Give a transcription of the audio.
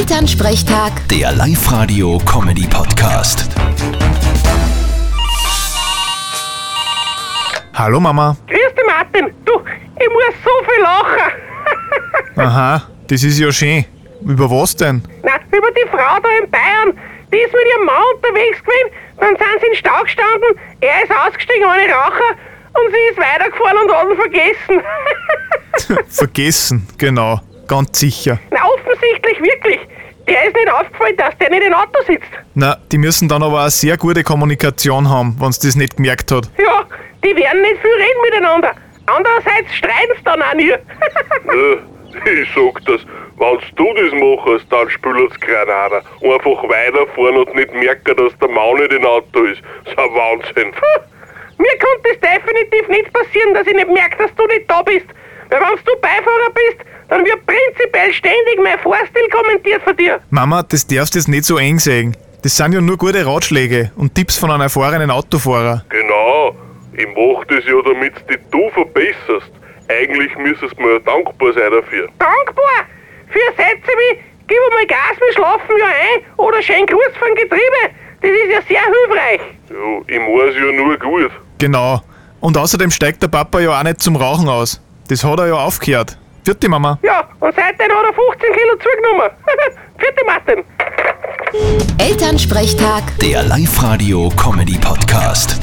Elternsprechtag, Der Live-Radio-Comedy-Podcast. Hallo Mama. Grüß dich, Martin. Du, ich muss so viel lachen. Aha, das ist ja schön. Über was denn? Na, über die Frau da in Bayern. Die ist mit ihrem Mann unterwegs gewesen, dann sind sie in den Stau gestanden, er ist ausgestiegen ohne Raucher und sie ist weitergefahren und hat ihn vergessen. Vergessen, genau. Ganz sicher. Na, offensichtlich wirklich. Der ist nicht aufgefallen, dass der nicht im Auto sitzt. Na, die müssen dann aber eine sehr gute Kommunikation haben, wenn sie das nicht gemerkt hat. Ja, die werden nicht viel reden miteinander. Andererseits streiten sie dann auch nie. Nö, Äh, ich sag das. Wenn's du das machst, dann spülert's keinen einer. Einfach weiterfahren und nicht merken, dass der Mann nicht in Auto ist. Das ist ein Wahnsinn. Mir konnte es definitiv nicht passieren, dass ich nicht merke, dass du nicht da bist. Weil wenn du Beifahrer bist, dann wird prinzipiell ständig mein Fahrstil kommentiert von dir. Mama, das darfst jetzt nicht so eng sehen. Das sind ja nur gute Ratschläge und Tipps von einem erfahrenen Autofahrer. Genau, ich mach das ja, damit dich du verbesserst. Eigentlich müsstest du mir ja dankbar sein dafür. Dankbar für Sätze wie, gib einmal Gas, wir schlafen ja ein oder schön Gruß vom Getriebe. Das ist ja sehr hilfreich. Ja, ich mach's ja nur gut. Genau. Und außerdem steigt der Papa ja auch nicht zum Rauchen aus. Das hat er ja aufgehört. Vierte Mama. Ja, und seitdem hat er 15 Kilo zugenommen. Vierte Martin. Elternsprechtag. Der Live-Radio-Comedy-Podcast.